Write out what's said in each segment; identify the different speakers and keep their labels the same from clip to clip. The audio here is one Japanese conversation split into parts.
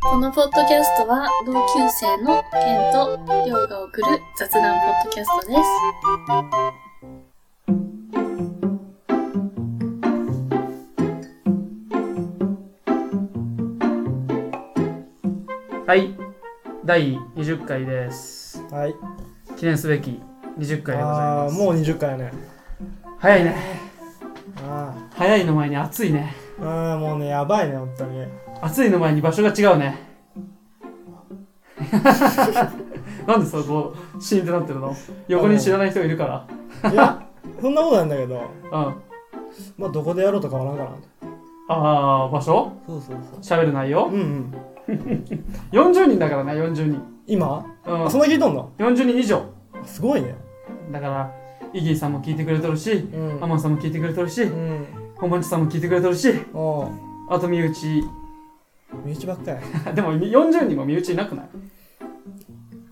Speaker 1: このポッドキャストは同級生のケンとりょうが送る雑談ポッドキャストです。
Speaker 2: はい、第20回です。
Speaker 3: はい。
Speaker 2: 記念すべき20回でござい
Speaker 3: ああ
Speaker 2: ま
Speaker 3: ー、
Speaker 2: す。
Speaker 3: もう20回やね。
Speaker 2: 早いね。
Speaker 3: あ
Speaker 2: 早いの前に暑いね。
Speaker 3: ーあー、もうね、やばいね、本当に。
Speaker 2: 暑いの前に場所が違うね。 なんでそこシーンってなってるの横に知らない人がいるか
Speaker 3: いや、 そんなことないんだけど、
Speaker 2: ら。うん。
Speaker 3: まあ、どこでやろうとかわらんか
Speaker 2: あー、場所
Speaker 3: な。そうそうそ
Speaker 2: 喋る内容
Speaker 3: うんうん。
Speaker 2: ?40 人だからね、40人。
Speaker 3: 今、
Speaker 2: うん
Speaker 3: あ、そんな聞いとんの
Speaker 2: 40人以上。
Speaker 3: すごいね。
Speaker 2: だから、イギーさんも聞いてくれてるし、
Speaker 3: うん
Speaker 2: アマンさんも聞いてくれてるし
Speaker 3: う、ん。
Speaker 2: ホマンチさんも聞いてくれてるし、
Speaker 3: おう、
Speaker 2: あと身内。
Speaker 3: 身内ばっかや。
Speaker 2: でも40人も身内いなくない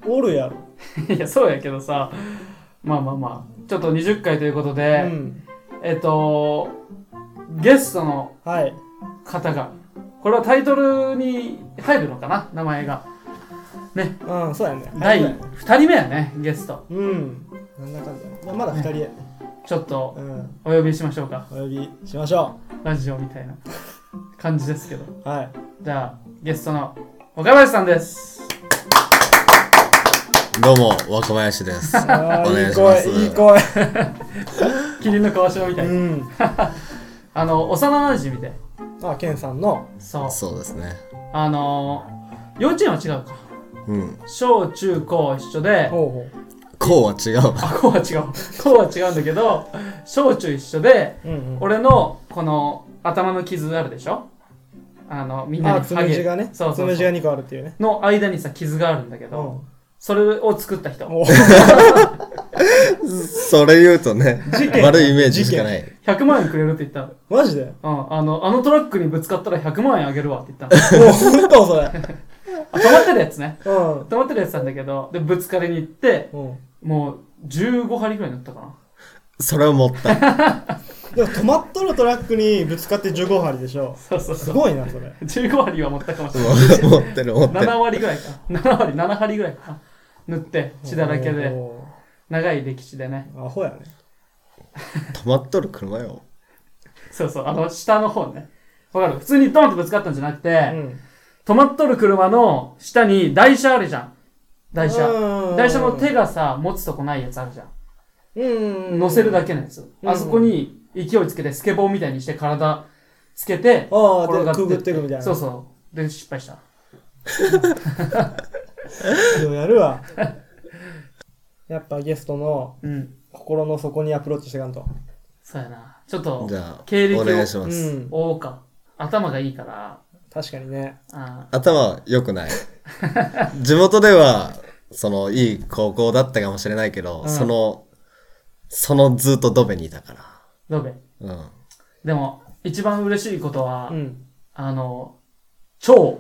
Speaker 3: おるやろ。
Speaker 2: いや、そうやけどさ、まあまあまあ、ちょっと20回ということ
Speaker 3: う
Speaker 2: で、
Speaker 3: ん。
Speaker 2: えっと、ゲストの
Speaker 3: はい。
Speaker 2: 方が、これはタイトルに入るのかな、名前が。
Speaker 3: うん、そうやね。
Speaker 2: 第
Speaker 3: はい
Speaker 2: 2人目やね、ゲスト。
Speaker 3: うん。なんだかんだ。まあ、まだ2人や。
Speaker 2: ちょっと
Speaker 3: うん。
Speaker 2: お呼びしましょうか、
Speaker 3: お呼びしましょ
Speaker 2: ラジオみたいな感じですけど。
Speaker 3: う。はい。
Speaker 2: じゃあ、ゲストの岡林さんです。
Speaker 4: どうも、若林です。お
Speaker 3: あー
Speaker 4: 願
Speaker 3: い
Speaker 4: い
Speaker 3: い
Speaker 4: しま
Speaker 3: 声
Speaker 4: す。、
Speaker 3: いい声。
Speaker 2: 麒麟の川島みたいな。
Speaker 3: うん。
Speaker 2: あの、幼馴染みで。
Speaker 3: あ、ケンさんの。
Speaker 2: そう。
Speaker 4: そうですね。
Speaker 2: あの幼稚園は違うか。
Speaker 4: うん。
Speaker 2: 小中高一緒で、
Speaker 3: ほうほ
Speaker 4: こうは違う。
Speaker 2: あこうは違うこうは違うんだけど小中一緒で
Speaker 3: う。うんうん。
Speaker 2: 俺のこの頭の傷あるでしょあのみんな
Speaker 3: あ、
Speaker 2: に
Speaker 3: つ
Speaker 2: ハ
Speaker 3: む
Speaker 2: ゲ
Speaker 3: じがね。
Speaker 2: そう
Speaker 3: つ
Speaker 2: そう
Speaker 3: むじ
Speaker 2: そう
Speaker 3: が2個あるっていうね。
Speaker 2: の間にさ傷があるんだけ
Speaker 3: う
Speaker 2: ど、
Speaker 3: ん。
Speaker 2: それを作った人
Speaker 3: お
Speaker 4: それ言うとね、
Speaker 3: 事件
Speaker 4: 悪いイメージしかない。
Speaker 2: 100万円くれるって言ったの
Speaker 3: マジで
Speaker 2: うん、あのあのトラックにぶつかったら100万円あげるわって言ったの
Speaker 3: もう本当それ。
Speaker 2: あ止まってるやつ ね
Speaker 3: う
Speaker 2: 止まってるやつなんだけどでぶつかりに行って
Speaker 3: ん。うん。
Speaker 2: もう15針ぐらい乗ったかな
Speaker 4: それはもったい。
Speaker 3: でも止まっとるトラックにぶつかって15針でしょ。
Speaker 2: そうそう
Speaker 3: す
Speaker 2: そう
Speaker 3: ごいな、それ。
Speaker 2: 15針は持ったかもしれない
Speaker 4: 持ってる、持ってる
Speaker 2: 7。割ぐらいか7割7針ぐらいかな塗って 血だらけで
Speaker 3: お
Speaker 2: 長い歴史でね
Speaker 3: ー。アホやね。
Speaker 4: 止まっとる車よ。
Speaker 2: そうそうあの下の方ねわかる普通にドンってぶつかったんじゃなくて、
Speaker 3: うん。
Speaker 2: 止まっとる車の下に台車あるじゃん台車
Speaker 3: うん
Speaker 2: 台車の手がさ持つとこないやつあるじゃん
Speaker 3: うん。
Speaker 2: 乗せるだけのやつ
Speaker 3: うん
Speaker 2: あそこに勢いつけてスケボーみたいにして体つけて
Speaker 3: あ
Speaker 2: 転
Speaker 3: あ、
Speaker 2: が
Speaker 3: で、
Speaker 2: って
Speaker 3: くぐっていくみたいな。
Speaker 2: そうそうで失敗した
Speaker 3: でもや るわ。やっぱゲストの
Speaker 2: うん
Speaker 3: 心の底にアプローチしていかんと。
Speaker 2: そうやなちょっと
Speaker 4: じゃあ、
Speaker 2: 経歴を
Speaker 4: お願いし
Speaker 3: う
Speaker 4: ます。
Speaker 3: ん。
Speaker 2: おうか頭がいいから
Speaker 3: 確かにね。
Speaker 2: あ
Speaker 4: 頭良くない。地元では、その、いい高校だったかもしれないけど、
Speaker 2: うん
Speaker 4: その、そのずっとドベにいたか
Speaker 2: ーどべ
Speaker 4: ら。うん。
Speaker 2: でも、一番嬉しいことは、
Speaker 3: うん。
Speaker 2: あの、超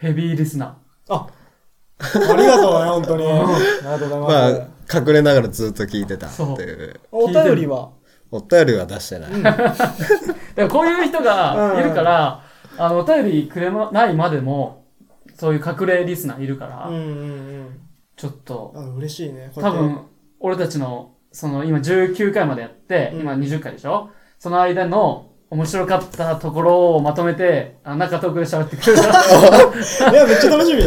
Speaker 2: ヘビーリスナ
Speaker 3: ありがとうね、本当に。ありがとうご
Speaker 4: ま
Speaker 3: ざい
Speaker 4: あ
Speaker 3: ます。、
Speaker 4: 隠れながらずっと聞いてたっていう。
Speaker 3: お便りは
Speaker 4: お便りは出してない。
Speaker 2: ー。だからこういう人がいるから、あの、お便りくれまないまでも、そういう隠れリスナーいるから、
Speaker 3: うんうん
Speaker 2: ちょっ
Speaker 3: う
Speaker 2: と
Speaker 3: ん。、あ、嬉しいね。こうや
Speaker 2: 多
Speaker 3: って
Speaker 2: 分、俺たちの、その、今19回までやって、
Speaker 3: うん
Speaker 2: 今20回でしょその間の、面白かったところをまとめて、あ中トークで喋ってくれた。
Speaker 3: いや、めっちゃ楽し み。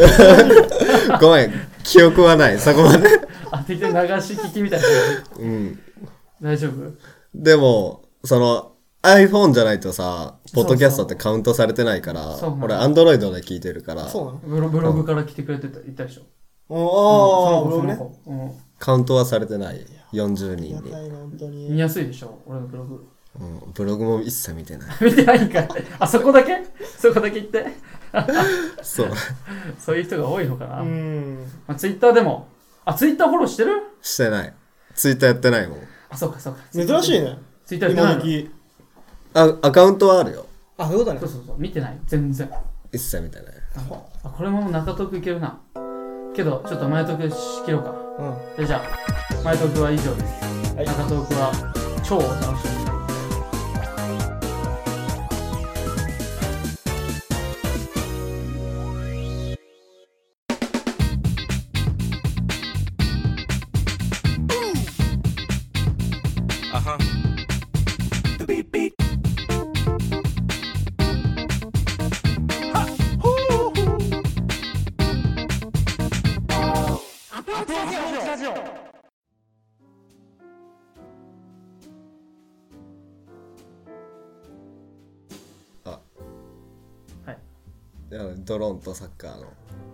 Speaker 4: ごめん、記憶はない、そこまで。
Speaker 2: あ、適当に流し聞きみたいな。
Speaker 4: うん。
Speaker 2: 大丈夫
Speaker 4: でも、その、iPhone じゃないとさ、ポッドキャストってカウントされてないから、
Speaker 2: そうなの
Speaker 4: 俺、Android で聞いてるから、
Speaker 3: そうなの
Speaker 2: ブロブログから来てくれてた、言ったでしょ
Speaker 3: おー、ブロ
Speaker 2: うん
Speaker 3: グね
Speaker 2: そ。の子その子うん
Speaker 4: カウントはされてない。
Speaker 3: や
Speaker 4: 40人に。
Speaker 3: ばいな、本当
Speaker 2: 見
Speaker 3: に。
Speaker 2: やすいでしょ俺のブログ
Speaker 4: うん、ブログも一切見てない。
Speaker 2: 見てないんかいあそこだけそこだけ言って
Speaker 4: そう。
Speaker 2: そういう人が多いのかな、ま
Speaker 3: うん。
Speaker 2: あ、ツイッターでもあツイッターフォローしてる
Speaker 4: してない。ツイッターやってないもん。
Speaker 2: あそうかそうか
Speaker 3: 珍しいね。
Speaker 2: ツイッターやってない
Speaker 3: 今
Speaker 2: の
Speaker 3: 時。
Speaker 4: あ、アカウントはあるよ。
Speaker 3: あ、そういうこと
Speaker 2: そう
Speaker 3: ね。
Speaker 2: そうそう見てない全然
Speaker 4: 一切見てない。
Speaker 2: あこれも中徳いけるなけどちょっと前徳しきろうか
Speaker 3: うん。
Speaker 2: でじゃあ前徳は以上です、
Speaker 3: はい
Speaker 2: 中徳は超お楽しみに
Speaker 4: あのドローンとサッカーの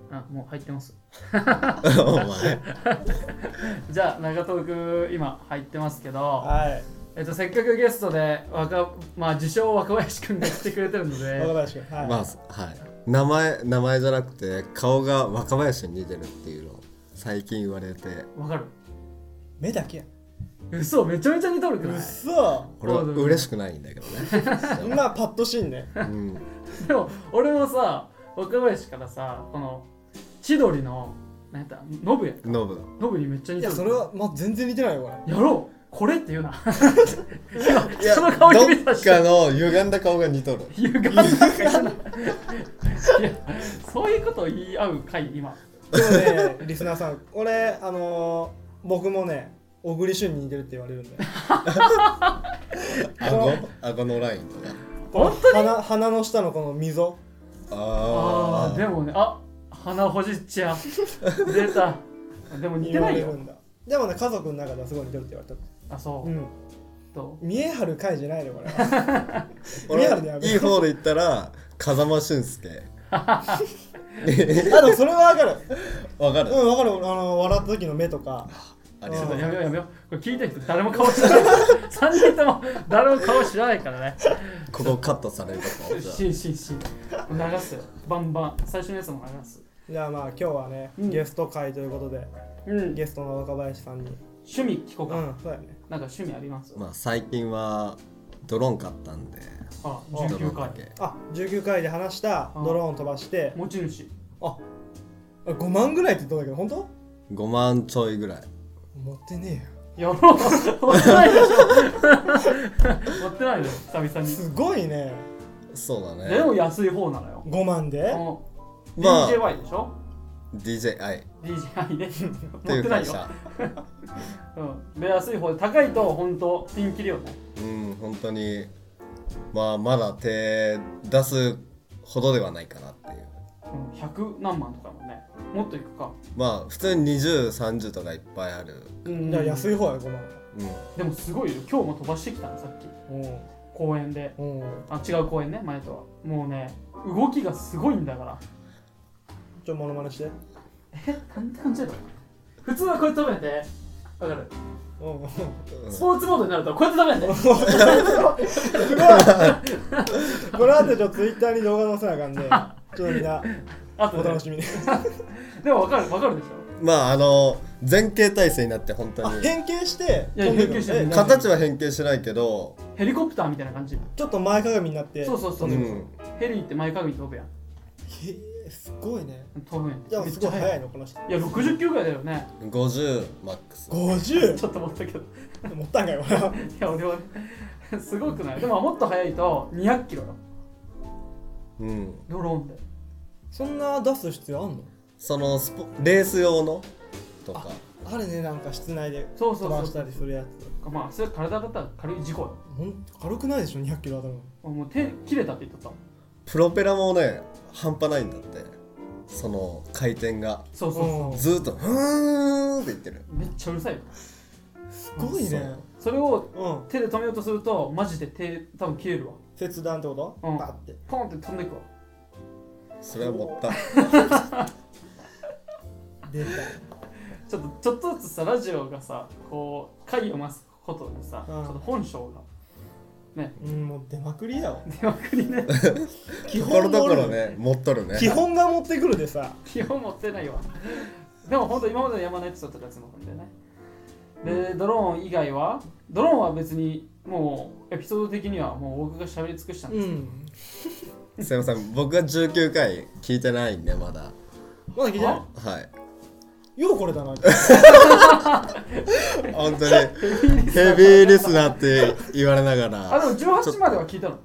Speaker 2: あもう入ってます
Speaker 4: お前
Speaker 2: じゃあ長トーク今入ってますけど、
Speaker 3: はい。
Speaker 2: えっと、せっかくゲストで若、まあ、自称若林くんが来てくれてるの で
Speaker 3: 若林君。はい。
Speaker 4: まあはい名前名前じゃなくて顔が若林に似てるっていうのを最近言われて
Speaker 2: わかる
Speaker 3: 目だけやん。
Speaker 2: 嘘めちゃめちゃ似とるくない
Speaker 3: 嘘。
Speaker 4: これは
Speaker 2: そうそう
Speaker 4: 嬉しくないんだけどね、
Speaker 3: まあ、パッとしんね。
Speaker 4: うん、
Speaker 2: でも俺もさ若林からさこの千鳥の何やったノブや
Speaker 4: ノブ
Speaker 2: ノブにめっちゃ似
Speaker 3: い
Speaker 2: て
Speaker 3: や、
Speaker 2: る
Speaker 3: それは、まあ、全然似てないよ、これ。
Speaker 2: やろうこれって言うな今
Speaker 4: いや
Speaker 2: その顔に見
Speaker 4: ど
Speaker 2: さ
Speaker 4: っ
Speaker 2: し
Speaker 4: か
Speaker 2: て
Speaker 4: の歪んだ顔が似とる
Speaker 2: 言うがなんか言うないやそういうことを言い合う回今
Speaker 3: でもね、リスナーさん、俺、あのー、僕もね、小栗旬に似てるって言われるんだよ。
Speaker 4: 顎顎のラインとか
Speaker 2: 本当に
Speaker 3: 鼻鼻の下のこの溝。
Speaker 2: あ
Speaker 4: あ
Speaker 2: あ
Speaker 4: ー
Speaker 2: でもねあ鼻ほじっちゃう出たでも似てない
Speaker 3: 言
Speaker 2: よ
Speaker 3: われるんだ。でもね、家族の中ではすごい似てるって言われた。
Speaker 2: あそう、
Speaker 3: うん。
Speaker 2: と
Speaker 3: 見え張る回じゃないのこれは
Speaker 4: 俺
Speaker 3: リアルでやべえ
Speaker 4: いい方で言ったら風間 俊介
Speaker 3: あでもそれは分かる
Speaker 4: わかる、
Speaker 3: うん分かるあの笑った時の目とか
Speaker 4: あり
Speaker 2: ちょっ
Speaker 4: がと
Speaker 2: と
Speaker 4: う
Speaker 2: やめようやめようこれ聞いた人誰も顔知らない 3人とも誰も顔知らないからね
Speaker 4: ここカットされるとこじゃあ
Speaker 2: しんしんしん流すよバンバン最初のやつも流す
Speaker 3: じゃあまあ今日はね、
Speaker 2: うん
Speaker 3: ゲスト会ということで
Speaker 2: うん
Speaker 3: ゲストの若林さんに
Speaker 2: 趣味聞こう
Speaker 3: う
Speaker 2: か、
Speaker 3: んそうだよね
Speaker 2: なんか趣味あり ます
Speaker 4: まあ最近はドローン買ったんで
Speaker 2: あ
Speaker 4: ドロー
Speaker 2: 19
Speaker 4: ンだ
Speaker 2: 回
Speaker 4: け
Speaker 3: あ19回で話した
Speaker 2: うん
Speaker 3: ドローン飛ばして
Speaker 2: 持ち主
Speaker 3: あ5万ぐらいって言ったんだけど本当
Speaker 4: 5万ちょいぐらい
Speaker 3: 持ってね
Speaker 2: やろう持ってないでしょ持ってないで久々
Speaker 3: えよ
Speaker 2: に
Speaker 3: すごいね
Speaker 4: そうだね
Speaker 2: でも安い方なのよ
Speaker 3: 5万で
Speaker 2: この
Speaker 4: まあ
Speaker 2: DJY でしょ
Speaker 4: DJI っ
Speaker 2: DJI ね
Speaker 4: て
Speaker 2: 持っ
Speaker 4: いう
Speaker 2: てな
Speaker 4: 会
Speaker 2: いよ、
Speaker 4: 社
Speaker 2: うん、で安い方で高いと本当ピンキリよね
Speaker 4: うん本当にまあまだ手出すほどではないかなっていう
Speaker 2: うん100何万とかもねもっといくか
Speaker 4: まあ普通に2030とかいっぱいある
Speaker 2: うん
Speaker 3: いや安
Speaker 2: い
Speaker 3: い方や5万
Speaker 4: う
Speaker 2: でもすごいよ今日も飛ばしてきたのさっき公園で
Speaker 3: うんうん
Speaker 2: あ違う公園ね前とはもうね動きがすごいんだから
Speaker 3: ちょモノマネして
Speaker 2: えなんて感じだろう普通はこうやって食べてわかる
Speaker 3: うんうん
Speaker 4: ん
Speaker 2: スポーツモードになるとこうやって食
Speaker 3: すごい これ後ちょっとツイッターに動画載せなあかんで ちょっとみんなお
Speaker 2: べてあ
Speaker 3: 楽
Speaker 2: と
Speaker 3: しみに
Speaker 2: ででもわかるわかるでしょ
Speaker 4: まああの前傾体制になって本
Speaker 3: あ
Speaker 4: 当に
Speaker 3: 変形して
Speaker 2: いや
Speaker 3: 飛んで
Speaker 2: 変
Speaker 3: く
Speaker 2: 形
Speaker 3: る
Speaker 2: してる
Speaker 3: えか
Speaker 4: 形は変形しないけど、
Speaker 2: ヘリコプターみたいな感じ
Speaker 3: ちょっと前かがみになって
Speaker 2: そうそうそうう、
Speaker 4: ん、
Speaker 2: ヘリって前かがみに飛ぶやん
Speaker 3: へえすごいね
Speaker 2: 飛ぶやん
Speaker 3: いや
Speaker 2: めっ
Speaker 3: す
Speaker 2: ち
Speaker 3: ご
Speaker 2: ゃ
Speaker 3: い
Speaker 2: 速
Speaker 3: 早
Speaker 2: い
Speaker 3: いのこの人
Speaker 2: いや60キロぐらいだよね
Speaker 4: 50マックス
Speaker 3: 50!
Speaker 2: ちょっと待ったけどい
Speaker 3: 持ったんかよ俺は
Speaker 2: や俺は ねすごくないでももっと速いと200キロよ
Speaker 4: うん
Speaker 2: ドローンで
Speaker 3: そんな出す必要あんの
Speaker 4: そのスポレース用のとか
Speaker 3: あれねなんか室内で
Speaker 2: そうそ
Speaker 3: 飛ば
Speaker 2: う
Speaker 3: し
Speaker 2: そ
Speaker 3: た
Speaker 2: う
Speaker 3: りするやつ
Speaker 2: まあそれ体だったら軽い事故よ
Speaker 3: ほん軽くないでしょ200キロ頭
Speaker 2: もう手切れたって言っとったもん
Speaker 4: プロペラもね半端ないんだってその回転が
Speaker 2: そうそうそう
Speaker 3: うん
Speaker 4: ずーっと「ふーん」って言ってる
Speaker 2: めっちゃうるさいよ
Speaker 3: すごいね
Speaker 2: それを
Speaker 3: うん
Speaker 2: 手で止めようとするとマジで手多分切れるわ
Speaker 3: 切断ってこと
Speaker 2: うん
Speaker 3: バって
Speaker 2: ポンって飛んでいくわ
Speaker 4: それはもったい
Speaker 3: 出
Speaker 2: ちょっとちょっとずつさラジオがさこう回を増すことでさ、
Speaker 3: うん
Speaker 2: ちょっと本性が
Speaker 3: たうんもう出まくりやわ
Speaker 2: 出まくりね
Speaker 3: 基
Speaker 4: ところ
Speaker 3: 本
Speaker 4: どこ
Speaker 3: 乗
Speaker 4: ろ
Speaker 3: る
Speaker 4: ね持っとるね
Speaker 3: 基本が持ってくるでさ
Speaker 2: 基本持ってないわでも本当今までの山のエピソードとかつもんでねでドローン以外はドローンは別にもうエピソード的にはもう僕が喋り尽くしたんで
Speaker 3: う
Speaker 2: す、
Speaker 3: ん
Speaker 4: すいません僕は19回聞いてないんでまだ
Speaker 3: まだ聞いてない
Speaker 2: あ
Speaker 4: はい
Speaker 3: ようこれだな
Speaker 4: 本当にヘビーリスナーって言われなが
Speaker 2: あ
Speaker 4: ら
Speaker 2: でも18までは聞いたの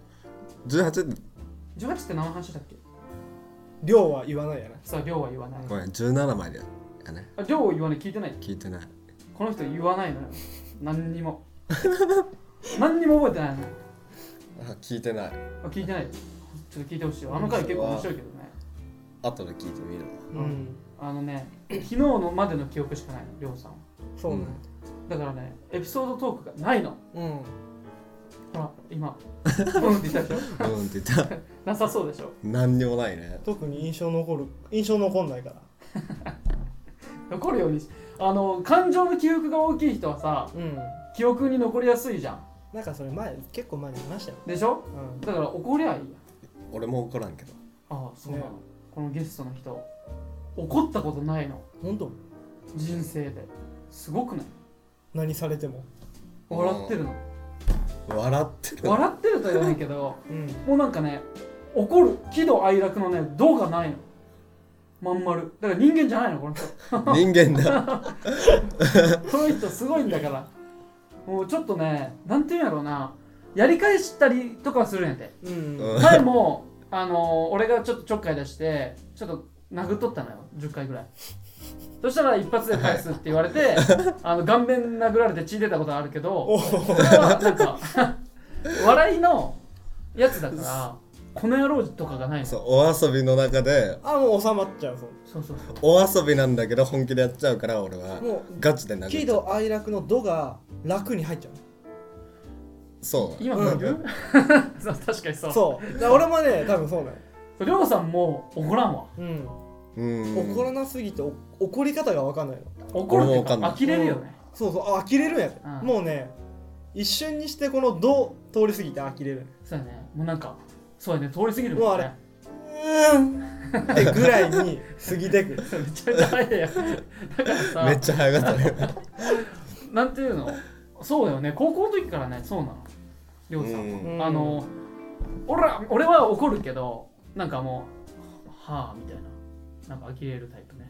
Speaker 4: 18
Speaker 2: 18って何の話だっけ
Speaker 3: 量は言わないやな
Speaker 2: さあ量は言わない
Speaker 4: ごめん17までやね
Speaker 2: あ量を言わない聞いてない
Speaker 4: 聞いてない
Speaker 2: この人言わないのよ何にも何にも覚えてないの
Speaker 4: あ聞いてない
Speaker 2: あ聞いてないちょっと聞いてほしいよあの回結構面白いけどね
Speaker 4: 後で聞いてみるわ
Speaker 2: うん
Speaker 3: うん
Speaker 2: あのね昨日のまでの記憶しかないのりょうさんは
Speaker 3: そうね
Speaker 2: だからねエピソードトークがないの
Speaker 3: うん
Speaker 2: ほら、今。うんって言ったでしょ
Speaker 4: うんって言った。
Speaker 2: なさそうでしょ
Speaker 4: 何にもないね。
Speaker 3: 特に印象残る印象残んないから
Speaker 2: 残るようにしあの、感情の記憶が大きい人はさ、
Speaker 3: うん
Speaker 2: 記憶に残りやすいじゃん。
Speaker 3: なんかそれ前結構前に話したよ、
Speaker 2: でしょ
Speaker 3: う
Speaker 2: だから怒りゃいいや。
Speaker 4: 俺も怒らんけど。
Speaker 2: ああ、そうなの。
Speaker 3: ね
Speaker 2: このゲストの人、怒ったことないの。
Speaker 3: ん、本当
Speaker 2: 人生で。すごくない
Speaker 3: 何されても
Speaker 2: 笑ってるの。
Speaker 4: 笑ってる。
Speaker 2: 笑ってるとは言わないけど、
Speaker 3: うん
Speaker 2: もうなんかね、怒る、喜怒哀楽のね、度がないの。まん丸。だから人間じゃないの、この人。
Speaker 4: 人間だ。
Speaker 2: この人すごいんだから。もうちょっとね、なんていうんやろうな、やり返したりとかはするんやて。
Speaker 3: う
Speaker 4: うんん
Speaker 2: 前も、あの俺がちょっとちょっかい出して、ちょっと殴っとったのよ、10回ぐらい。そしたら一発で返すって言われて、あの顔面殴られて血出たことはあるけど、
Speaker 3: おお
Speaker 2: それはなんか、笑いのやつだから、この野郎とかがないの。
Speaker 4: そ
Speaker 2: そう
Speaker 4: う、お遊びの中で、
Speaker 3: あもう収まっちゃうそう
Speaker 2: そうそう。
Speaker 4: お遊びなんだけど本気でやっちゃうから俺は
Speaker 3: もう
Speaker 4: ガチで殴っ
Speaker 3: 喜
Speaker 4: ちゃう。
Speaker 3: 怒哀楽の「度が楽に入っちゃう
Speaker 4: そう。
Speaker 2: 今
Speaker 3: うん
Speaker 2: これ、う そう確かにそう。
Speaker 3: そうだから俺もね多分そうなの
Speaker 2: りょうさんも怒らんわ。
Speaker 3: うん
Speaker 4: うん。
Speaker 3: 怒らなすぎてお怒り方が分かんないの
Speaker 2: 怒るっていうか
Speaker 4: 俺もわか
Speaker 2: 呆
Speaker 4: んない
Speaker 2: れるよね。
Speaker 3: そうそうあ呆れるんやって、
Speaker 2: うん
Speaker 3: もうね一瞬にしてこの「度」通り過ぎて呆れる
Speaker 2: そうやね。もうなんか、そうやね。通り過ぎる
Speaker 3: もう
Speaker 2: も
Speaker 3: あ
Speaker 2: ん
Speaker 3: れ
Speaker 2: ね。
Speaker 3: うーんってぐらいに過ぎてくる
Speaker 2: めちゃめちゃ早いやん。だからさ、
Speaker 4: めっちゃ早かったね。
Speaker 2: なんていうのそうだよね。高校の時からね、そうなの。りょうさんは。
Speaker 4: うん
Speaker 2: あの、俺ら俺は怒るけど、なんかもう、はあみたいな。なんか呆れるタイプね。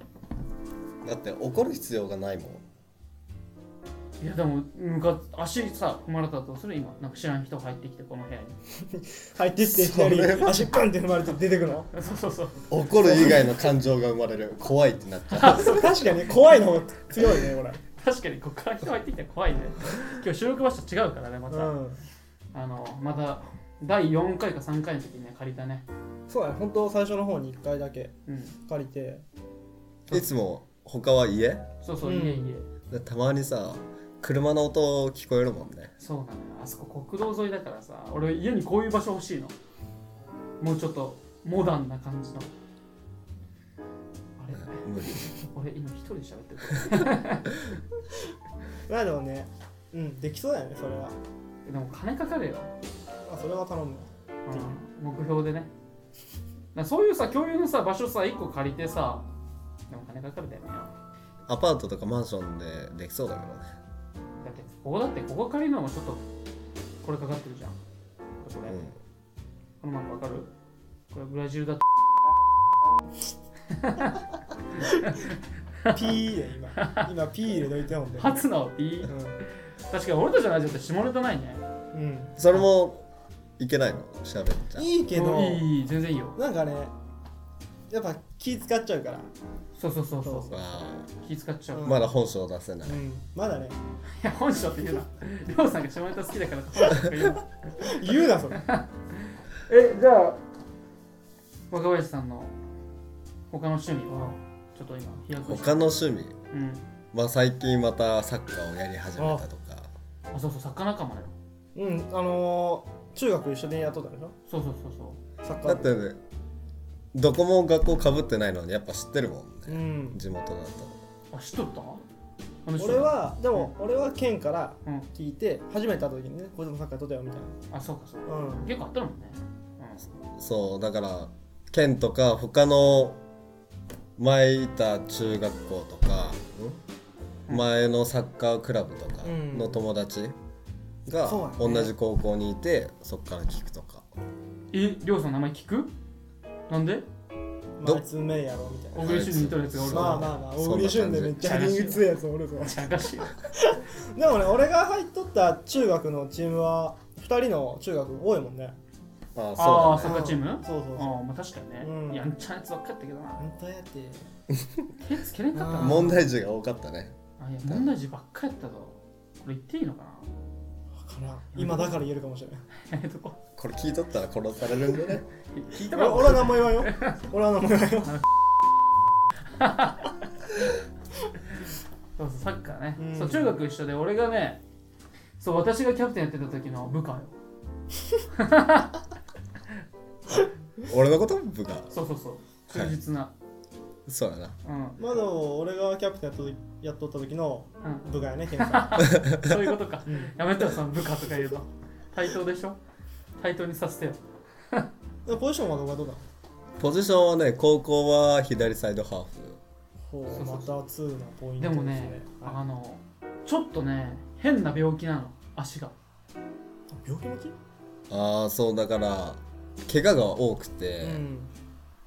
Speaker 4: だって怒る必要がないもん。
Speaker 2: いやでも、むか足さ、踏まれたらどうする今。なんか知らん人入ってきて、この部屋に。
Speaker 3: 入ってっていきなり足パンって踏まれて出てくの
Speaker 2: そうそうそう。
Speaker 4: 怒る以外の感情が生まれる。怖いってなっちゃう。
Speaker 3: 確かに怖いの方が強いねこれ
Speaker 2: 確かにここから人入ってきたら怖いね。 今日収録場所違うからね、また。
Speaker 3: うん
Speaker 2: あの、また第4回か3回の時にね、借りたね。
Speaker 3: そうだね本当最初の方に1回だけ
Speaker 2: うん。
Speaker 3: 借りて
Speaker 4: いつも他は家
Speaker 2: そうそう、
Speaker 3: うん
Speaker 2: いえいえ。
Speaker 4: でたまにさ、車の音聞こえるもんね。
Speaker 2: そうなのよ。あそこ国道沿いだからさ、俺家にこういう場所欲しいの。もうちょっとモダンな感じの。あれ
Speaker 4: 無理。
Speaker 2: 俺今一人で喋ってる。
Speaker 3: まあでもねうんできそうだよねそれは
Speaker 2: でも金かかるよ。
Speaker 3: まあそれは頼む
Speaker 2: うん目標でね。なそういうさ、共有のさ、場所さ、1個借りてさ、でも金かかるだよね。
Speaker 4: アパートとかマンションでできそうだけどね。
Speaker 2: だって、ここだって、ここ借りるのもちょっと、これかかってるじゃん。これ、これ。
Speaker 4: うん。
Speaker 2: このマークわかるこれブラジルだっ
Speaker 3: ピーで今今ピー入れといてほんで
Speaker 2: た初の B 確かに俺たちのラジオって下ネタないね
Speaker 3: うん、
Speaker 4: それもいけないの喋っち
Speaker 3: う
Speaker 4: ゃ
Speaker 3: ん、
Speaker 4: う。
Speaker 3: いいけど
Speaker 2: もういいいい全然いいよ
Speaker 3: なんかねやっぱ気使っちゃうから、
Speaker 2: そうそうそうそう
Speaker 3: そう
Speaker 4: あ
Speaker 2: 気使っちゃう、
Speaker 3: う
Speaker 4: ー
Speaker 2: い
Speaker 3: ん
Speaker 4: まだ本性出せない。
Speaker 3: うん、まだね
Speaker 2: や本性って言うなりょうさんが下ネタ好きだから本性って言うな
Speaker 3: 言うなそれ
Speaker 2: えじゃあ若林さんの他の趣味はちょっと今飛躍して
Speaker 4: 他の趣味、
Speaker 2: うん
Speaker 4: まあ、最近またサッカーをやり始めたとか。
Speaker 2: あそうそう作家仲間だよ
Speaker 3: うんあのー、中学一緒にやっとったでしょ
Speaker 2: そうそうそうそ
Speaker 3: サッカ
Speaker 4: だ
Speaker 3: ー
Speaker 4: っ
Speaker 3: 部
Speaker 4: て、どこも学校かぶってないのにやっぱ知ってるもん
Speaker 3: う
Speaker 4: ね。
Speaker 3: ん
Speaker 4: 地元だ
Speaker 2: うあ知っとったあの人
Speaker 3: 俺はでも俺は県から
Speaker 2: うん
Speaker 3: 聞いて初めて会った時にねこいつもサッカーとったよみたい
Speaker 2: あそうかそうか
Speaker 3: なうん
Speaker 2: 結構あったもんね
Speaker 4: と。そう、だから、県とか他の前いた中学校とか、
Speaker 2: うん
Speaker 4: 前のサッカークラブとか
Speaker 3: うん
Speaker 4: の友達が
Speaker 3: そうだね
Speaker 4: 同じ高校にいて、そっから聞くとか。
Speaker 2: うんえりょうさんの名前聞くなんで
Speaker 3: ま
Speaker 4: ど
Speaker 3: ああいつうめえやろみたい
Speaker 2: 小
Speaker 3: な
Speaker 2: 栗旬に似とるやつがおる
Speaker 3: まあ
Speaker 2: あ
Speaker 3: まあまあ
Speaker 4: そんな
Speaker 3: 大
Speaker 4: 感じ
Speaker 3: 栗旬でめっちゃリング強いやつお るから
Speaker 2: ちゃかしいよ
Speaker 3: でもね俺が入っとった中学のチームは2人の中学多いもんね
Speaker 4: あ
Speaker 2: あ
Speaker 4: あ、
Speaker 2: あ
Speaker 4: そ
Speaker 2: サ
Speaker 4: う
Speaker 2: ッカ
Speaker 4: だね。
Speaker 2: ーチーム
Speaker 3: そうそうそう
Speaker 2: ああまあ確かにね、
Speaker 3: うん
Speaker 2: やんちゃなやつばっかやったけどな
Speaker 3: 本当やって
Speaker 2: 手つけれんかった
Speaker 3: あー
Speaker 2: な
Speaker 4: 問題児が多かったね。
Speaker 2: あいや問題児ばっかやったぞこれ言っていいのか
Speaker 3: わからん今だから言えるかもしれな
Speaker 2: な
Speaker 3: い
Speaker 2: えっとこ
Speaker 4: これ聞いとったら殺されるんでね。
Speaker 2: 聞いたか
Speaker 3: 俺
Speaker 2: ら
Speaker 3: 俺は何も言わんよ俺は何も言わんよ
Speaker 2: そうそうサッカーね、
Speaker 3: うん
Speaker 2: そう中学一緒で俺がねそう私がキャプテンやってた時の部下よ
Speaker 4: 俺のこと部下
Speaker 2: そうそうそう忠実な、
Speaker 4: そうやな
Speaker 2: うん
Speaker 3: まだ俺がキャプテンやっとやっとった時の
Speaker 2: う
Speaker 3: 部下やね、ケンさ
Speaker 2: ん、そういうこと か
Speaker 3: ん。うん
Speaker 2: やめてよその部下とか言うと対等でしょ対等にさせてよ
Speaker 3: でポジションはどこがどうだ
Speaker 4: ポジションはね高校は左サイドハーフ
Speaker 3: ほ
Speaker 2: そううそう
Speaker 3: また2のポイント
Speaker 2: でもね
Speaker 3: はい
Speaker 2: あのちょっとね変な病気なの足が
Speaker 3: 病気持ち
Speaker 4: ああそうだから怪我が多くて、
Speaker 3: うん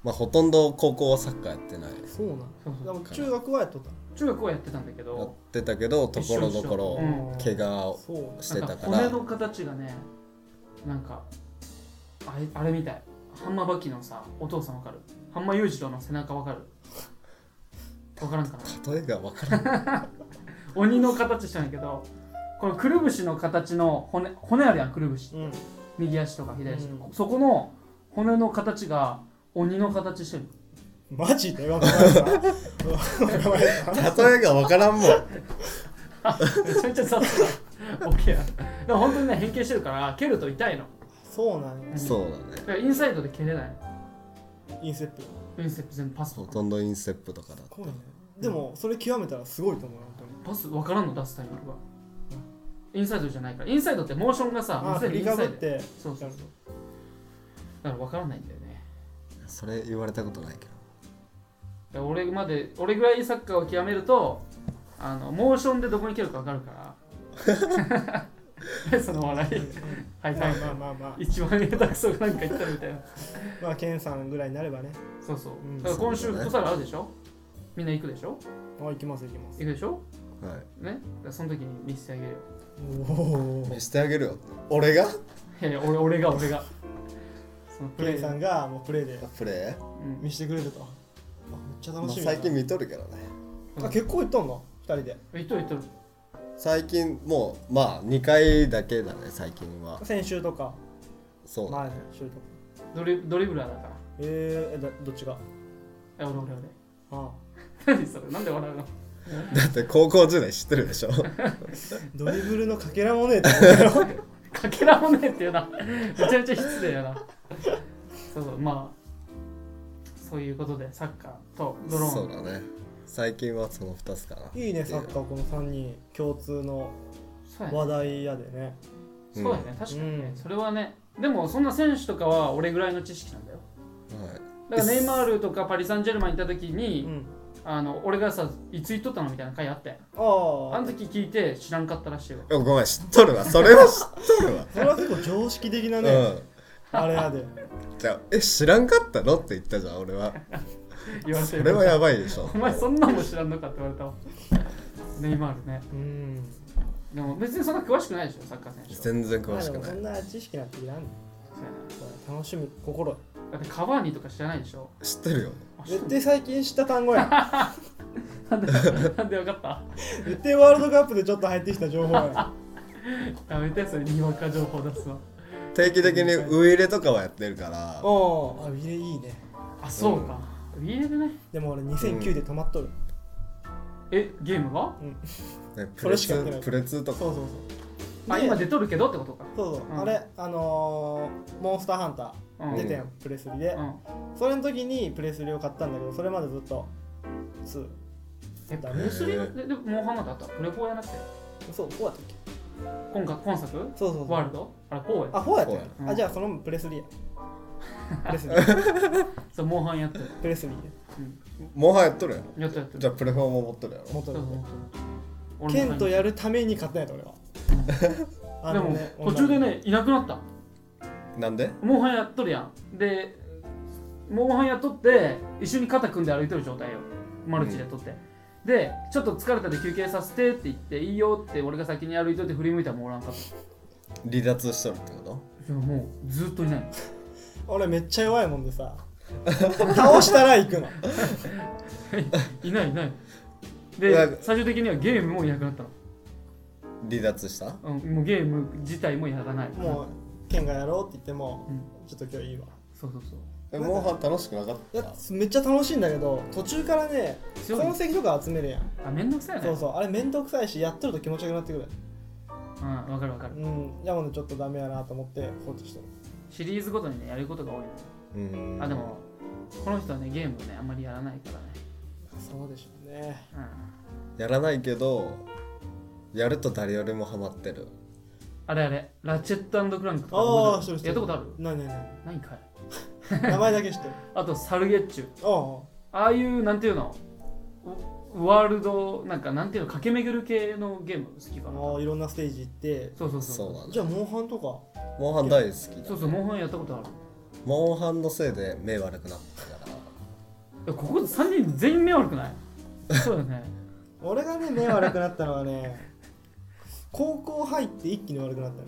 Speaker 4: まあほとんど高校はサッカーやってない
Speaker 3: そうなん
Speaker 2: そう
Speaker 3: で
Speaker 2: そう
Speaker 3: も中学はやっとった
Speaker 2: 中学はやってたんだけ
Speaker 4: やっ
Speaker 2: ど
Speaker 4: てたけどところどころ
Speaker 2: うん
Speaker 4: 怪我を
Speaker 3: そうなん
Speaker 4: してたか
Speaker 2: なんか骨
Speaker 4: ら
Speaker 2: の形がねなんかあれあれみたいハンマーバキのさお父さんわかるハンマー裕次郎の背中わかるわからんかな
Speaker 4: 例えが分からん
Speaker 2: 鬼の形したんやけどこのくるぶしの形の骨骨あるやんくるぶし
Speaker 3: うん
Speaker 2: 右足とか左足とか、
Speaker 3: うん
Speaker 2: そこの骨の形が鬼の形してる
Speaker 3: マジでわかるかわかるか
Speaker 4: 例えが分からんもん
Speaker 2: めちゃめちゃ雑 だ OK やでも本当にね変形してるから蹴ると痛いの
Speaker 3: そうなんや
Speaker 4: そう
Speaker 2: だ
Speaker 4: だね
Speaker 2: からインサイドで蹴れない
Speaker 3: インセップ
Speaker 2: インセプ全部パス
Speaker 4: ほとんどインステップとかだ
Speaker 3: こうなんやでもそれ極めたらすごいと思うよ本当
Speaker 2: パ
Speaker 3: に
Speaker 2: ス分からんの出すタイミングがインサイドじゃないからインサイドってモーションが
Speaker 3: あ
Speaker 2: さ
Speaker 3: 振
Speaker 2: 全部イ
Speaker 3: り
Speaker 2: ン
Speaker 3: か
Speaker 2: サ
Speaker 3: ぶ
Speaker 2: イ
Speaker 3: っ
Speaker 2: ド
Speaker 3: て
Speaker 2: そうそう
Speaker 3: やると
Speaker 2: だから分からないんだよね
Speaker 4: それ言われたことないけど
Speaker 2: だから俺まで俺ぐらいサッカーを極めるとあのモーションでどこに蹴るか分かるから その笑いはいは
Speaker 3: まあ
Speaker 2: い
Speaker 3: まあまあまあ
Speaker 2: 一番下手くそがなんか言ったみたいな
Speaker 3: まあケンさんぐらいになればね
Speaker 2: そうそう
Speaker 3: うん。
Speaker 2: だから今週
Speaker 4: そう
Speaker 2: フ
Speaker 4: だね
Speaker 2: ットサルあるでしょみんな行くでしょ
Speaker 3: あ行きます行きます
Speaker 2: 行くでしょ
Speaker 4: は
Speaker 2: ねだからその時に見せてあげるよ。
Speaker 3: おお
Speaker 4: い見せてあげるよ俺が
Speaker 2: いやいや、俺俺が俺が。そのプレ
Speaker 3: ケン
Speaker 2: イ
Speaker 3: さんがもうプレーで
Speaker 4: プレー、
Speaker 2: うん
Speaker 3: 見してくれるとあめっちゃ
Speaker 4: まあ
Speaker 3: 楽しみだな
Speaker 4: 最近見とるけどね
Speaker 3: あ結構行ったんだ二人で
Speaker 2: 行っとる行っとる。
Speaker 4: 最近もうまあ2回だけだね最近は
Speaker 3: 先週とか
Speaker 4: そうだ
Speaker 3: 前の週とか
Speaker 2: ドリドリブラーだから。
Speaker 3: えーえだどっちが
Speaker 2: え、俺俺俺。
Speaker 3: あ
Speaker 2: 何それなんで笑うの
Speaker 4: だって高校時代知ってるでしょ
Speaker 3: ドリブルのかけらもねえと思ったよ
Speaker 2: かけらもねえっていうな。めちゃめちゃ失礼やな。そうそう、まあ。そういうことで、サッカーとドロ
Speaker 4: そう
Speaker 2: ーン。
Speaker 4: だね最近はその2つか ない
Speaker 3: いいねサッカーこの3人共通の
Speaker 2: そうやね。
Speaker 3: 話題やでね
Speaker 4: うん
Speaker 2: そうやね。確かにね
Speaker 3: う。ん
Speaker 2: それはね。でも、そんな選手とかは俺ぐらいの知識なんだよ。
Speaker 4: はい
Speaker 2: だからネイマールとかパリ・サンジェルマン行った時
Speaker 3: う
Speaker 2: に、
Speaker 3: ん
Speaker 2: あの俺がさいつ言っとったのみたいな回あって
Speaker 3: ああ
Speaker 2: あの時聞いて知らんかったらしいわ
Speaker 4: いやごめん知っとるわそれは知っとるわ
Speaker 3: それは結構常識的 なね、
Speaker 4: う
Speaker 3: あれやで
Speaker 4: んじゃあえ知らんかったのって言ったじゃん俺は
Speaker 2: 言われて
Speaker 4: そ
Speaker 2: る
Speaker 4: れはやばいでしょ
Speaker 2: お前そんなんも知らんのかって言われたわネイマールね
Speaker 3: うん
Speaker 2: でも別にそんな詳しくないでしょサッカー選手は
Speaker 4: 全然
Speaker 3: ま
Speaker 4: 詳
Speaker 3: あで
Speaker 4: しく
Speaker 3: も
Speaker 4: な
Speaker 3: そ
Speaker 4: い
Speaker 3: んな知識なんていらんの
Speaker 2: そうやね
Speaker 3: 楽しむ心
Speaker 2: だってカバーニとか知らないでしょ
Speaker 4: 知ってるよ
Speaker 2: あ知っ
Speaker 3: 絶対最近知った単語や
Speaker 2: なんでなんで分かった
Speaker 3: 絶対ワールドカップでちょっと入ってきた情報や
Speaker 2: やめてそれにわか情報出すわ
Speaker 4: 定期的にウイレとかはやってるから
Speaker 3: おあウィレいいね
Speaker 2: あそうか、ウィーレでね
Speaker 3: でも俺2009で止まっとる、
Speaker 2: えゲームが
Speaker 4: ねプ
Speaker 3: そ
Speaker 4: レ
Speaker 3: れしかやってな
Speaker 4: ツ
Speaker 3: い
Speaker 4: プレツとか
Speaker 3: そうそうそう
Speaker 2: あ
Speaker 3: で
Speaker 2: 今出とるけどってことか
Speaker 3: そうそう、
Speaker 2: うん
Speaker 3: あれあのーモンスターハンタ
Speaker 2: う
Speaker 3: ー
Speaker 2: ん
Speaker 3: 出てん、プレスリで
Speaker 2: う、ん
Speaker 3: それの時にプレスリを買ったんだけどそれまでずっと2
Speaker 2: えプレスリーででモンハンなんてあったプレフォーやなくて
Speaker 3: そうこうやったっけ
Speaker 2: 今回今作
Speaker 3: そうそうそう
Speaker 2: ワールドあれフォーや
Speaker 3: あフォーやったよ
Speaker 4: フ
Speaker 2: ー
Speaker 4: ォ
Speaker 2: や
Speaker 3: あじゃあそのプレスリや プレスリー
Speaker 2: そう、モンハンやってる。
Speaker 3: プレスリー
Speaker 4: もはやっとるやろ
Speaker 2: やってるやってる。
Speaker 4: じゃあプレフォーも持っとるやろ
Speaker 3: 元
Speaker 2: そうそう
Speaker 3: の
Speaker 2: そう
Speaker 3: ケンとや
Speaker 2: る。
Speaker 3: るために買ったんやった俺は あ
Speaker 2: で
Speaker 3: の
Speaker 2: も、
Speaker 3: ね
Speaker 2: 途中でね、いなくなった。
Speaker 4: なんで
Speaker 2: モンハンやっとるやん。で、モンハンやっとって、一緒に肩組んで歩いてる状態よ。マルチでやっとって。で、ちょっと疲れたんで休憩させてって言って、いいよって俺が先に歩いといて振り向いたらもうおらんかった。
Speaker 4: 離脱しとるってこ
Speaker 2: でももうずっといない。
Speaker 3: 俺めっちゃ弱いもんでさ倒したら行くの
Speaker 2: いないいない。
Speaker 4: いや
Speaker 2: で、最終的にはゲームもいなくなったの。
Speaker 4: と離脱した
Speaker 2: うん、もうゲーム自体もやらない。
Speaker 3: もうケンがやろうって言っても、
Speaker 2: うん
Speaker 3: ちょっと今日いいわ
Speaker 2: そうそうそう。
Speaker 4: えモンハン楽しくなかっ
Speaker 3: いや
Speaker 4: た
Speaker 3: めっちゃ楽しいんだけど途中からね
Speaker 2: 強い
Speaker 3: 痕跡とか集めるやん
Speaker 2: あ、めんどくさいよね。
Speaker 3: そうそうあれめんどくさいしやっとると気持ちよくなってく
Speaker 2: う
Speaker 3: る
Speaker 2: うんわかるわかる
Speaker 3: うんいやもうねちょっとダメやなと思って放置してる
Speaker 2: シリーズごとにねやることが多いのよ
Speaker 4: うん
Speaker 2: あでもこの人はねゲームをねあんまりやらないからね
Speaker 3: そうでしょうね
Speaker 2: うん
Speaker 4: やらないけどやると誰よりもハマってる
Speaker 2: あれあれラチェットクランクとか
Speaker 3: ああ
Speaker 2: 覚
Speaker 3: 知って
Speaker 2: えるや
Speaker 3: る知っててる
Speaker 2: ったことある
Speaker 3: 何何 何
Speaker 2: ないんかい
Speaker 3: 名前だけ知ってる
Speaker 2: あとサルゲッチュ
Speaker 3: おう
Speaker 2: ああいうなんていうのおワールドなんかなんていうの駆け巡る系のゲーム好きか
Speaker 3: おう
Speaker 2: な
Speaker 3: もういろんなステージ行って
Speaker 2: そうそうそう
Speaker 4: そうなんだ
Speaker 3: じゃあモンハンとか
Speaker 4: モンハン大好きだ
Speaker 2: そうそうモンハンやったことある
Speaker 4: モンハンのせいで目悪くなったから
Speaker 2: いやここ3人全員目悪くないそうだよね
Speaker 3: 俺がね目悪くなったのはね 高校入って一気に悪くなったね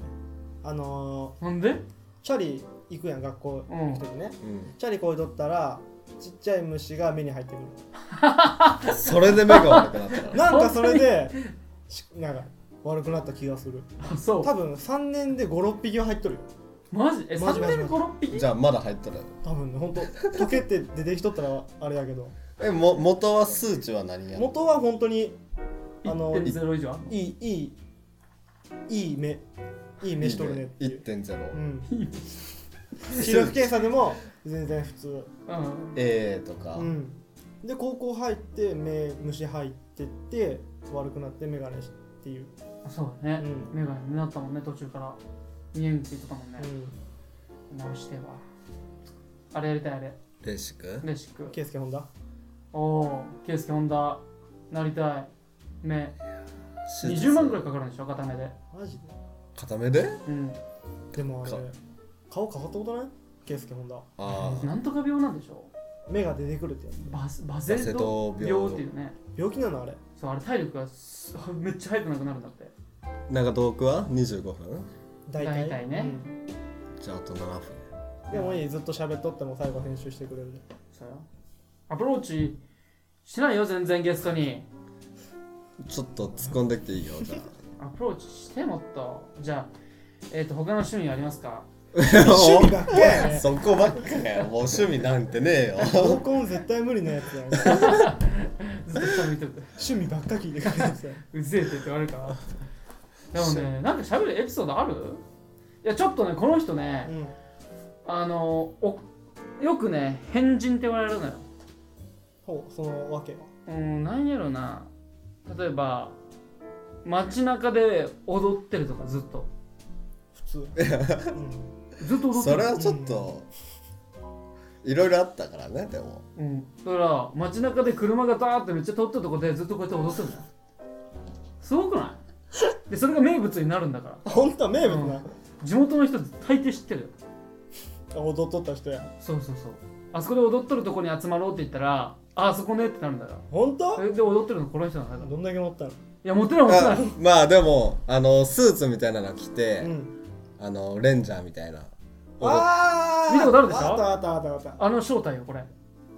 Speaker 3: あの
Speaker 2: なんで
Speaker 3: ー、チャリ行くやん学校行く時ね、
Speaker 4: うん
Speaker 3: チャリこいとったらちっちゃい虫が目に入ってくる
Speaker 4: それで目が悪くなったから
Speaker 3: なんかそれでしなんか悪くなった気がする
Speaker 2: あそう
Speaker 3: 多分3年で56匹は入っとるよ
Speaker 2: マジえ
Speaker 3: マ
Speaker 2: 三
Speaker 3: ジ
Speaker 2: 3
Speaker 3: マジ
Speaker 2: 年56匹
Speaker 4: じゃあまだ入っとる
Speaker 3: 多分ねほんと溶けて出てきとったらあれやけど
Speaker 4: えも元は数値は何やの
Speaker 3: 元は本当にあの
Speaker 2: 1.0以上あんの
Speaker 3: いいいいいい目いい目しとるねっていう、う
Speaker 4: 1.0
Speaker 3: ん、
Speaker 2: いいね
Speaker 3: 視力検査でも全然普通
Speaker 2: うん、
Speaker 4: A とか、
Speaker 3: うんで高校入って目虫入ってって悪くなって眼鏡っていう、
Speaker 2: あそう
Speaker 3: う
Speaker 2: だね、
Speaker 3: ん
Speaker 2: 目がになったもんね途中から見えんって言ってたもんね
Speaker 3: う、ん、
Speaker 2: 直してはあれやりたいあれ
Speaker 4: レーシック
Speaker 2: レシック
Speaker 3: ケイスケホンダ
Speaker 2: おおケイスケホンダなりたい目
Speaker 4: 手術
Speaker 2: 20万ぐらいかかるんでしょ片目で
Speaker 3: マジ
Speaker 4: 固めで
Speaker 2: うん
Speaker 3: でもあれ
Speaker 4: か
Speaker 3: 顔変わったことないケイスケホンダ
Speaker 4: ああ
Speaker 2: なんとか病なんでしょ
Speaker 3: 目が出てくるってやつ
Speaker 2: バスバゼド
Speaker 4: バセド病
Speaker 2: 病っていうね
Speaker 3: 病気なのあれ
Speaker 2: そうあれ体力がすめっちゃ速くなくなるんだって
Speaker 4: なんか遠くは25分
Speaker 3: 大体
Speaker 2: 大体ね
Speaker 4: じゃああと7分
Speaker 3: うんでもいいずっと喋っとっても最後編集してく れるで
Speaker 2: そうよアプローチしないよ全然ゲストに
Speaker 4: ちょっと突っ込んできてい いよじゃ
Speaker 2: アプローチしてもっとじゃあえっ、と他の趣味ありますか
Speaker 3: 趣味ば
Speaker 4: あ
Speaker 3: っかやね
Speaker 4: そこばっかやもう趣味なんてねえ よ
Speaker 3: 合コン絶対無理なやつやん
Speaker 2: ずっと喋っとく
Speaker 3: 趣味ばっか聞いてくれるやつやん
Speaker 2: うぜえって言われる からでもねなんか喋るエピソードあるいやちょっとねこの人ね
Speaker 3: うん
Speaker 2: あのおよくね変人って言われるのよ
Speaker 3: ほうそのわけは
Speaker 2: うんなんやろな例えば街中で踊ってるとかずっと
Speaker 3: 普通、 うん、
Speaker 2: ずっと踊って
Speaker 4: そ
Speaker 2: る
Speaker 4: れはちょっといろいろあったからねでも
Speaker 2: うんだから街中で車がダーってめっちゃ通ったとこでずっとこうやって踊ってるのよすごくないでそれが名物になるんだから
Speaker 3: 本当は名物な、
Speaker 2: 地元の人大抵知ってるよ
Speaker 3: 踊っとった人や
Speaker 2: そうそうそうあそこで踊っとるとこに集まろうって言ったらああそこねってなるんだから
Speaker 3: 本当
Speaker 2: それで踊ってるのこの人なんだからい
Speaker 3: どんだけ持ったの
Speaker 2: やモテないモテな
Speaker 4: あ
Speaker 2: い
Speaker 4: まあでもあのスーツみたいなの着て、
Speaker 3: うん
Speaker 4: あのレンジャーみたいな
Speaker 3: ああ
Speaker 2: 見たことあるでしょ
Speaker 3: あったあったあったあった
Speaker 2: あの正体よこれい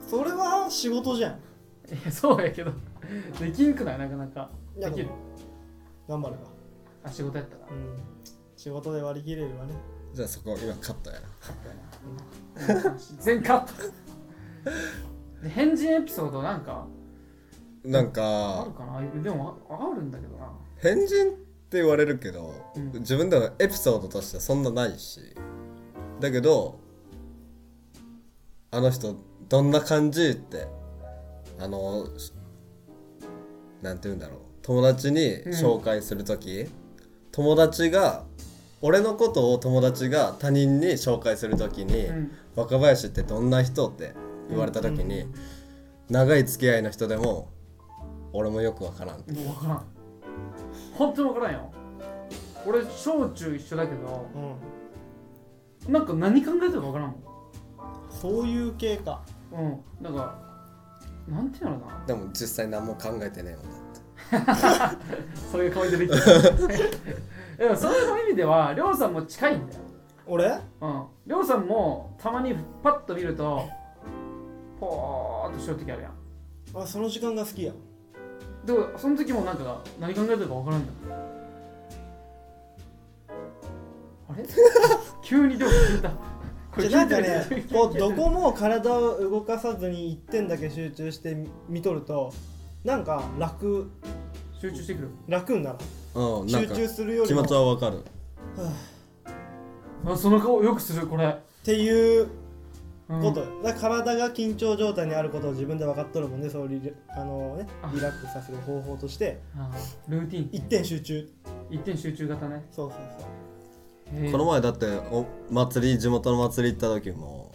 Speaker 3: それは仕事じゃん
Speaker 2: やそうやけどできんくないなかなか
Speaker 3: いや
Speaker 2: できる
Speaker 3: 頑張れば
Speaker 2: あ仕事やったら
Speaker 3: うん仕事で割り切れるわね
Speaker 4: じゃあそこ今カットやな
Speaker 2: 全カットで変人エピソードなんか
Speaker 4: な
Speaker 2: あ
Speaker 4: んか
Speaker 2: るかなでもああるんだけどな
Speaker 4: 変人って言われるけど、
Speaker 2: うん
Speaker 4: 自分ではエピソードとしてはそんなないしだけどあの人どんな感じってあのしなんて言うんだろう友達に紹介する時、友達が俺のことを友達が他人に紹介する時に、
Speaker 2: うん
Speaker 4: 若林ってどんな人って言われた時に、
Speaker 3: うん
Speaker 4: 長い付き合いの人でも俺もよくわからんって
Speaker 2: もう分からん本当に分からんよ俺小中一緒だけど
Speaker 3: うん
Speaker 2: なんか何考えてるか分からん
Speaker 3: そういう系か
Speaker 2: もんうんなんかなんていうのかな
Speaker 4: でも実際何も考えてねえもんだって
Speaker 2: そういう顔でできる でもそういう意味ではりょうさんも近いんだよ
Speaker 3: 俺
Speaker 2: うんりょうさんもたまにパッと見るとポーっとしよう時あるやん
Speaker 3: あその時間が好きや
Speaker 2: でその時もなんか何考えてるか分からんじゃんあ れ急にでも聞いたこ
Speaker 3: じ
Speaker 2: れ
Speaker 3: ゃあな
Speaker 2: 聞い
Speaker 3: んか
Speaker 2: てる
Speaker 3: ねこうどこも体を動かさずに一点だけ集中して見とるとなんか楽
Speaker 2: 集中してくる
Speaker 3: 楽にならん
Speaker 4: うんなん
Speaker 3: 集
Speaker 4: か
Speaker 3: 中するよ
Speaker 4: 気
Speaker 3: りも
Speaker 4: 持
Speaker 3: っ
Speaker 4: ちはわかる
Speaker 2: あその顔よくするこれ、
Speaker 3: ていう
Speaker 2: うん
Speaker 3: こと、だから体が緊張状態にあることを自分で分かっとるもんねそのリラあのね
Speaker 2: あ
Speaker 3: リラックスさせる方法として
Speaker 2: あルーティン
Speaker 3: 一点集中
Speaker 2: 一点集中型ね
Speaker 3: そうそうそ
Speaker 2: へえ
Speaker 4: この前だってお祭り地元の祭り行った時も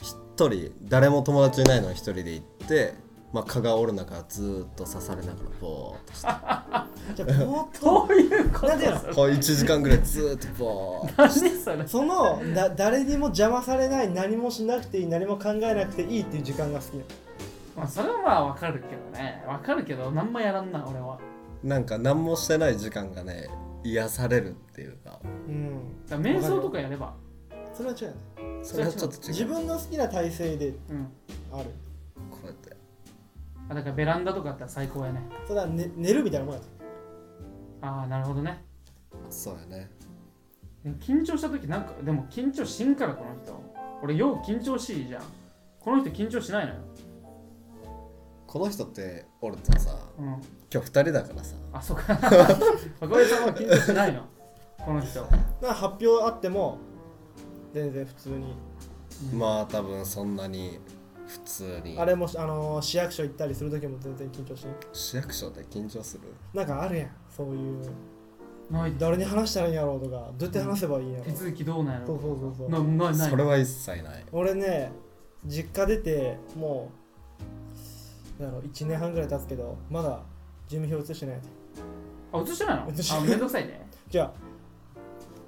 Speaker 4: 一人誰も友達いないのに一人で行って、まあ、蚊がおる中ずーっと刺されながらボーっとして
Speaker 3: うじゃあぼーっと
Speaker 2: そういうこと
Speaker 3: なんでや
Speaker 4: こう1時間ぐらいずーっとボーっ
Speaker 2: なんでそれ
Speaker 3: そのだ誰にも邪魔されない何もしなくていい何も考えなくていいっていう時間が好きなの
Speaker 2: まあそれはまあわかるけどねわかるけど何もやらんな俺は
Speaker 4: となんか何もしてない時間がね癒されるっていうか
Speaker 3: うん
Speaker 2: だから瞑想とかやれば
Speaker 3: それは違うよね
Speaker 4: それはちょっと違う
Speaker 3: 自分の好きな体勢で
Speaker 2: うん
Speaker 3: ある
Speaker 4: こうやって
Speaker 2: あだからベランダとかあったら最高やね
Speaker 3: それは、ね、寝るみたいなもんやと
Speaker 2: ああなるほどね
Speaker 4: そうやね
Speaker 2: でも緊張した時なんかでも緊張しんからこの人俺よう緊張しいじゃんこの人緊張しないのよ
Speaker 4: この人っておるとさ
Speaker 2: うん
Speaker 4: 今日二人だからさ
Speaker 2: あそうか赤江さんは緊張しないのこの人
Speaker 3: だから発表あっても全然普通に
Speaker 4: まあ多分そんなに普通に
Speaker 3: あれもし、あのー市役所行ったりする時も全然緊張しない
Speaker 4: 市役所で緊張する
Speaker 3: なんかあるやんそういう
Speaker 2: ない
Speaker 3: 誰に話したらいいんやろうとかどうやって話せばいいんやろ
Speaker 2: 手
Speaker 3: う、
Speaker 2: 続きどうなんや
Speaker 3: そう
Speaker 2: ろ
Speaker 3: そうそうそう
Speaker 2: なないない
Speaker 4: それは一切ない
Speaker 3: 俺ね実家出てもうなんだろう1年半ぐらい経つけどまだ住民票移してない
Speaker 2: あ映してないの
Speaker 3: 映してな
Speaker 2: あ
Speaker 3: い
Speaker 2: めんどくさいね
Speaker 3: じゃあ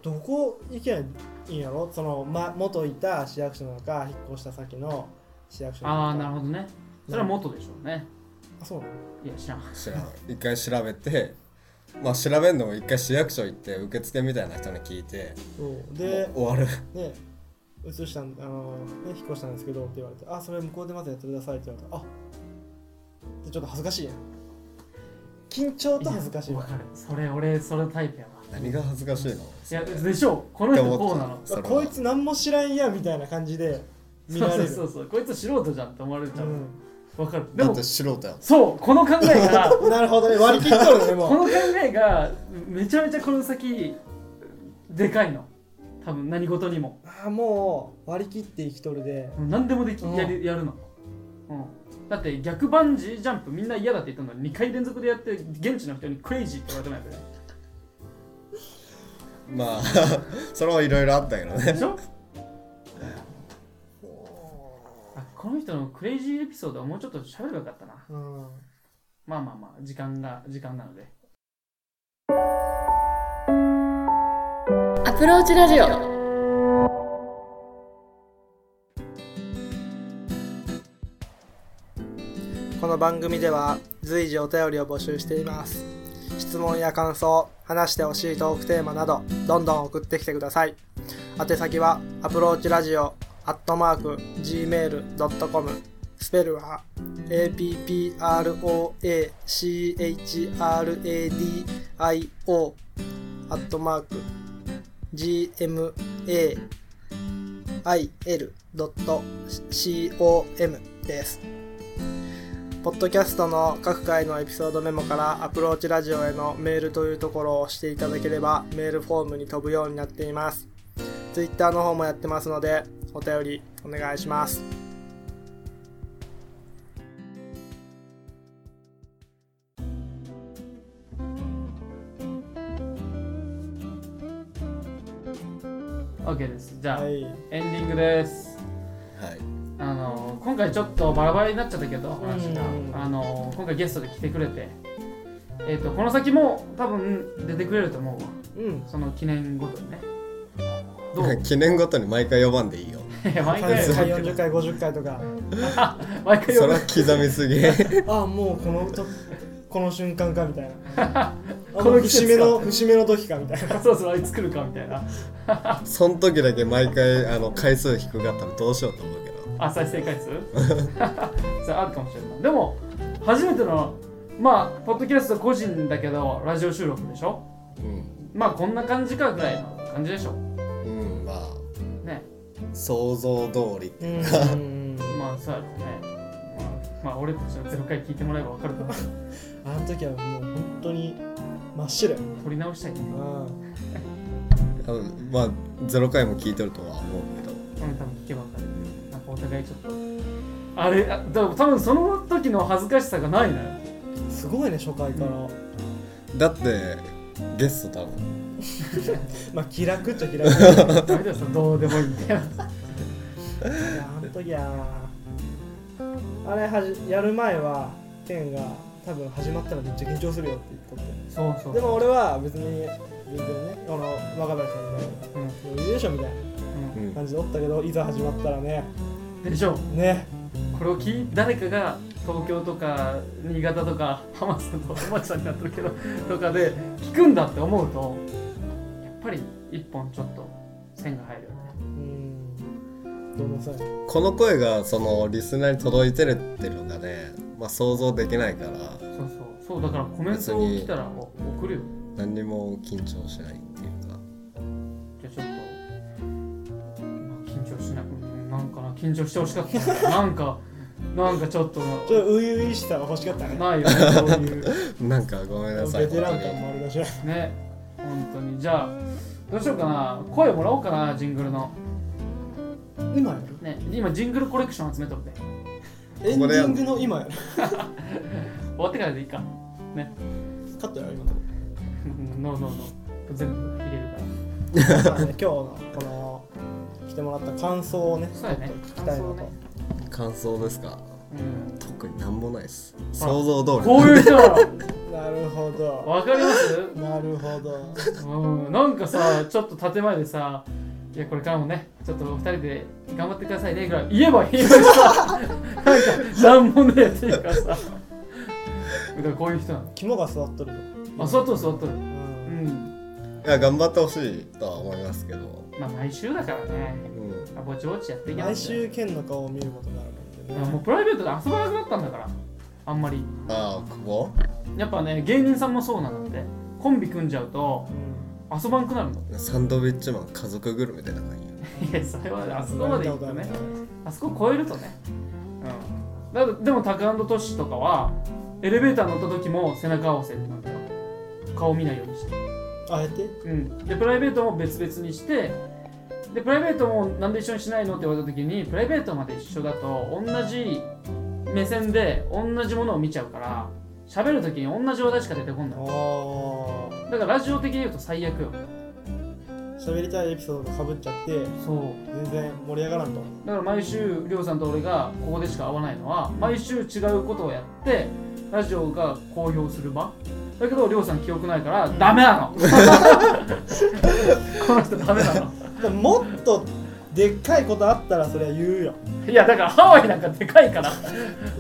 Speaker 3: どこ行けばいいんやろその、ま、元いた市役所なのか引っ越した先の市役所
Speaker 2: ああ
Speaker 3: なの
Speaker 2: なるほ
Speaker 3: か
Speaker 2: どねそれは元でしょうね
Speaker 3: あそうなの
Speaker 2: いや知らん
Speaker 4: 知 らん一回調べてまあ調べんのも一回市役所行って受付みたいな人に聞いて
Speaker 3: そう
Speaker 4: も
Speaker 3: で
Speaker 4: う終わる
Speaker 3: ね移したんあの、ね、引っ越したんですけどって言われて「あそれ向こうでまずやってください」って言われて「あでちょっと恥ずかしいやん緊張と恥ずかしい
Speaker 2: わ
Speaker 3: わ
Speaker 2: かるそれ俺それタイプやわ
Speaker 4: 何が恥ずかしいの
Speaker 2: いやでしょうこの人こうなの
Speaker 4: それは
Speaker 3: こいつ何も知らんやみたいな感じで見られる
Speaker 2: そうそうそうそうこいつ素人じゃんって思われちゃう
Speaker 3: う
Speaker 2: わ、
Speaker 3: ん
Speaker 2: かるで
Speaker 4: だっ
Speaker 2: も
Speaker 4: て素人やもん
Speaker 2: そうこの考え が
Speaker 3: なるほどね割り切っとるね
Speaker 2: こ
Speaker 3: も
Speaker 2: の考えがめちゃめちゃこの先でかいの多分何事にも
Speaker 3: うああもう割り切って生きとるで
Speaker 2: 何でもでき
Speaker 3: うん
Speaker 2: やるやるの、うん、だって逆バンジージャンプみんな嫌だって言ったのに2回連続でやって現地の人にクレイジーって言われてもやったよ
Speaker 4: まあ それはいろいろあったけどね
Speaker 2: でしょあこの人のクレイジーエピソードはもうちょっと喋ればよかったな
Speaker 3: うん
Speaker 2: まあまあまあ時間が時間なので
Speaker 1: アプローチラジオ
Speaker 3: この番組では随時お便りを募集しています質問や感想話してほしいトークテーマなどどんどん送ってきてください宛先はアプローチラジオアットマーク Gmail.com スペルは APPROACHRADIO アットマーク GMAIL.com ですポッドキャストの各回のエピソードメモからアプローチラジオへのメールというところを押していただければメールフォームに飛ぶようになっています。Twitter の方もやってますのでお便りお願いします。
Speaker 2: OK ですじゃあ、
Speaker 3: い。
Speaker 2: エンディングです
Speaker 4: はい
Speaker 2: あの今回ちょっとバラバラになっちゃったけど話が
Speaker 3: うん
Speaker 2: あの今回ゲストで来てくれてえっ、とこの先も多分出てくれると思うわ
Speaker 3: うん。
Speaker 2: その記念ごとにねどう
Speaker 4: 記念ごとに毎回呼ばんでいいよ
Speaker 2: いや毎回
Speaker 3: 30回、40回、50回とか。
Speaker 2: 毎回
Speaker 4: そ
Speaker 2: 呼
Speaker 4: れ
Speaker 2: ぶ
Speaker 4: は刻みすぎ
Speaker 3: ああ、もうこのとこの瞬間かみたいな。 あ
Speaker 2: こ
Speaker 3: の
Speaker 2: の季節
Speaker 3: 節
Speaker 2: か
Speaker 3: 目の節目の時かみたいな。
Speaker 2: そうそうあいつ来るかみたいな
Speaker 4: そん時だけ毎回あの回数低かったらどうしようと思うけど
Speaker 2: あ再生回数 それあるかもしれないでも初めてのまあポッドキャスト個人だけどラジオ収録でしょ
Speaker 4: うん
Speaker 2: まあこんな感じかぐらいの感じでしょ
Speaker 4: うんまあ
Speaker 2: ね
Speaker 4: 想像通り
Speaker 3: うん。
Speaker 2: まあそうやろうね、ままあ俺たちの0回聞いてもらえば分かると思うけど
Speaker 3: あの時はもう本当に真っ白や
Speaker 2: 撮り直したいね
Speaker 3: あ
Speaker 4: 多分まあ0回も聞いてるとは思うけど
Speaker 2: これ多分聞けば分かるなんかお互いちょっとあれあだから多分その時の恥ずかしさがないのよ
Speaker 3: あすごいね初回から、
Speaker 4: だってゲスト多分
Speaker 3: まあ気楽っちゃ気楽だけどい
Speaker 2: ダメだよそのどうでもいいみたいな
Speaker 3: やあの時はあれはじやる前はケンが多分始まったらめっちゃ緊張するよって言っとって
Speaker 2: そうそう
Speaker 3: でも俺は別に全然ねこの若林さんみたい
Speaker 2: うん
Speaker 3: な余裕でしょみたいな
Speaker 4: う
Speaker 2: うん
Speaker 3: 感じでおったけどいざ始まったらね
Speaker 2: んでしょう
Speaker 3: ね
Speaker 2: これを聞い誰かが東京とか新潟とか浜松と浜松さんになってるけどとかで聞くんだって思うとやっぱり一本ちょっと線が入るよね
Speaker 3: うんどうもさ
Speaker 4: この声がそのリスナーに届いてるっていうのがね、まあ、想像できないか
Speaker 2: そう
Speaker 4: ら
Speaker 2: そうそうだからコメントを来たらお送るよ
Speaker 4: 何にも緊張しないっていうか
Speaker 2: じゃあちょっと、まあ、緊張しなくなんかな緊張してほしかったななんかなんかちょっと
Speaker 3: ちょっと初々しさは欲しかったね
Speaker 2: ないよねそういう
Speaker 4: なんかごめんなさい
Speaker 3: ベテラン
Speaker 4: 本当
Speaker 3: 感
Speaker 4: に
Speaker 3: もあるかしら
Speaker 2: ね本当にじゃあどうしようかな声もらおうかなジングルの
Speaker 3: 今やる
Speaker 2: ね今ジングルコレクション集めとるで
Speaker 3: エンディングの今やる
Speaker 2: 終わってからでいいか
Speaker 3: カットやる今
Speaker 2: ノ
Speaker 3: の
Speaker 2: ーノーノー全部入れるから
Speaker 3: まあね今日のこの来てもらった感想をね
Speaker 2: そうやね
Speaker 3: ちょっと聞きたいなと、
Speaker 2: 感想ね
Speaker 4: 感想ですか
Speaker 2: うん
Speaker 4: 特になんもないです想像通り
Speaker 2: こういう人は
Speaker 3: なるほど
Speaker 2: わかります
Speaker 3: なるほど
Speaker 2: うんなんかさちょっと建前でさいやこれからもねちょっとお二人で頑張ってくださいねぐらい言えばいいのにさなんか何もねえっていうかさだからこういう人なの
Speaker 3: 肝が座っとるよ
Speaker 2: あ座っとる座っとる
Speaker 3: う
Speaker 2: うんん
Speaker 4: いや頑張ってほしいとは思いますけど、
Speaker 2: まあ毎週だからね
Speaker 4: うん、
Speaker 2: まあぼちぼちやっていきま
Speaker 3: 毎
Speaker 2: すよ
Speaker 3: 週剣の顔を見ることになるもんで
Speaker 2: いやも
Speaker 3: ね
Speaker 2: うプライベートで遊ばなくなったんだからあんまり
Speaker 4: ああこ
Speaker 2: やっぱね芸人さんもそうなんだってコンビ組んじゃうと
Speaker 3: うん
Speaker 2: 遊ばんくなるの
Speaker 4: こサンドウィッチマン家族ぐるみたいな感じ
Speaker 2: いやそれはあそこまで行くとね
Speaker 3: 見たことある
Speaker 2: あそこ超えるとねうんだからでもタクトシとかはエレベーター乗った時も背中合わせってなんだよ顔見ないようにして
Speaker 3: あえて
Speaker 2: うんでプライベートも別々にしてでプライベートもなんで一緒にしないのって言われた時にプライベートまで一緒だと同じ目線で同じものを見ちゃうから喋る時に同じ話題しか出てこん
Speaker 3: あ
Speaker 2: の
Speaker 3: あ
Speaker 2: だからラジオ的に言うと最悪よ
Speaker 3: 喋りたいエピソードがかぶっちゃって
Speaker 2: そう
Speaker 3: 全然盛り上がらんと
Speaker 2: だから毎週りょうさんと俺がここでしか会わないのは毎週違うことをやってラジオが公表する場だけどりょうさん記憶ないからダメ なのこの人ダメなの
Speaker 3: でももっとでっかいことあったらそれは言うよ
Speaker 2: いやだからハワイなんかでかいから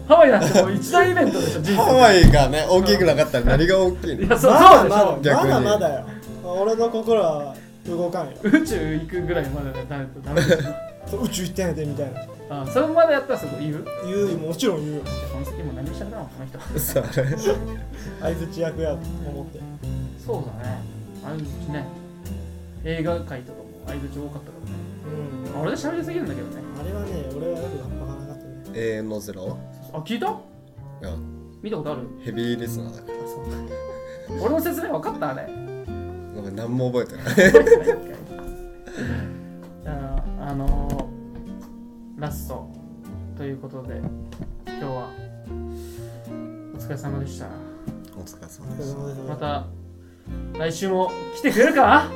Speaker 2: ハワイなんてもう一大イベントでしょ人
Speaker 4: ハ
Speaker 2: 生
Speaker 4: ワイがね大きくなかったら何が大きい
Speaker 2: い
Speaker 4: の
Speaker 2: やそ
Speaker 3: ま
Speaker 2: そう
Speaker 3: だ
Speaker 2: でし
Speaker 3: まだ
Speaker 2: ょ
Speaker 3: ま
Speaker 4: 逆に
Speaker 3: だまだよ俺の心は動かんよ
Speaker 2: 宇宙行くぐらいまでだダメだダメだ
Speaker 3: そう宇宙行ってんやでみたいな
Speaker 2: あそれまでやったらそこ言うじゃ
Speaker 3: 言うもちろん言うよ
Speaker 2: あこの先もう何もしゃべらんわこの人
Speaker 4: それ
Speaker 3: 相づち役やと思って
Speaker 2: そうだね相づちね映画界とかも相づち多かったからね
Speaker 3: うん
Speaker 2: 俺が喋りすぎるんだけどね
Speaker 3: あれはね俺はよく分からなかったね
Speaker 4: 永遠のゼロ
Speaker 2: あ聞いた
Speaker 4: いや
Speaker 2: 見たことある
Speaker 4: ヘビーリスナーだから
Speaker 2: あそう俺の説明分かったあ れ
Speaker 4: ごめん何も覚えてない
Speaker 2: じゃああのー、ラストということで今日はお疲れ様でした
Speaker 4: お疲れ様
Speaker 3: お疲
Speaker 4: で
Speaker 3: れ
Speaker 4: した
Speaker 3: 様です
Speaker 2: また来週も来てくれるか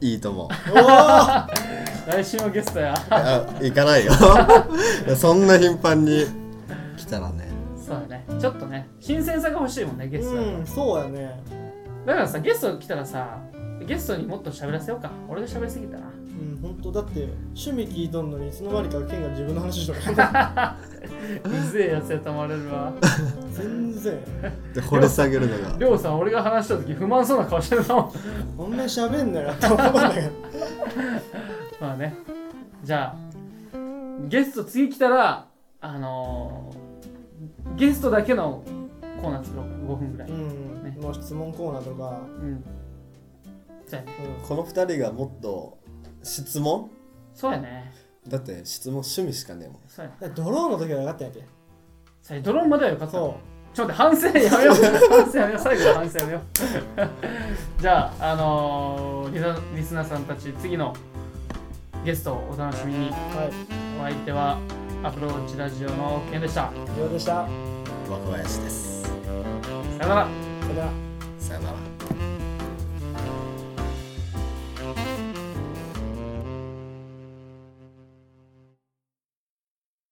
Speaker 4: いいと思う
Speaker 2: な来週もゲストや
Speaker 4: あ行かないよいやそんな頻繁に来たらね
Speaker 2: そうだねちょっとね新鮮さが欲しいもんねゲストだから
Speaker 3: うんそうやね
Speaker 2: だからさゲスト来たらさゲストにもっと喋らせようか俺が喋りすぎたな
Speaker 3: うん本当だって趣味聞いとんのにいつの間にかケンが自分の話しとる
Speaker 2: うぜえやつやたまれるわ
Speaker 3: 全然
Speaker 4: で掘り下げるのが
Speaker 2: りょうさん俺が話した時不満そうな顔してるの
Speaker 3: こんなに喋んなよと思ったけど
Speaker 2: まあねじゃあゲスト次来たらあのー、ゲストだけのコーナー作ろうか5分ぐらいうね
Speaker 3: んもう質問コーナーとか
Speaker 2: うんそうやね
Speaker 3: う
Speaker 4: この2人がもっと質問
Speaker 2: そうやね
Speaker 4: だって質問趣味しかねえもん
Speaker 2: そうやな
Speaker 5: だからドローの時は分かったんやけ
Speaker 2: さあドローンまではよかった
Speaker 5: そ
Speaker 2: ちょっと待って反省やめよう 反省やめよう最後の反省やめよう じゃああのーリザリスナーさんたち次のゲストをお楽しみに
Speaker 5: うはい
Speaker 2: お相手はアプローチラジオのケンでした
Speaker 5: 以上でした
Speaker 4: 若林です
Speaker 2: さよなら
Speaker 5: それでは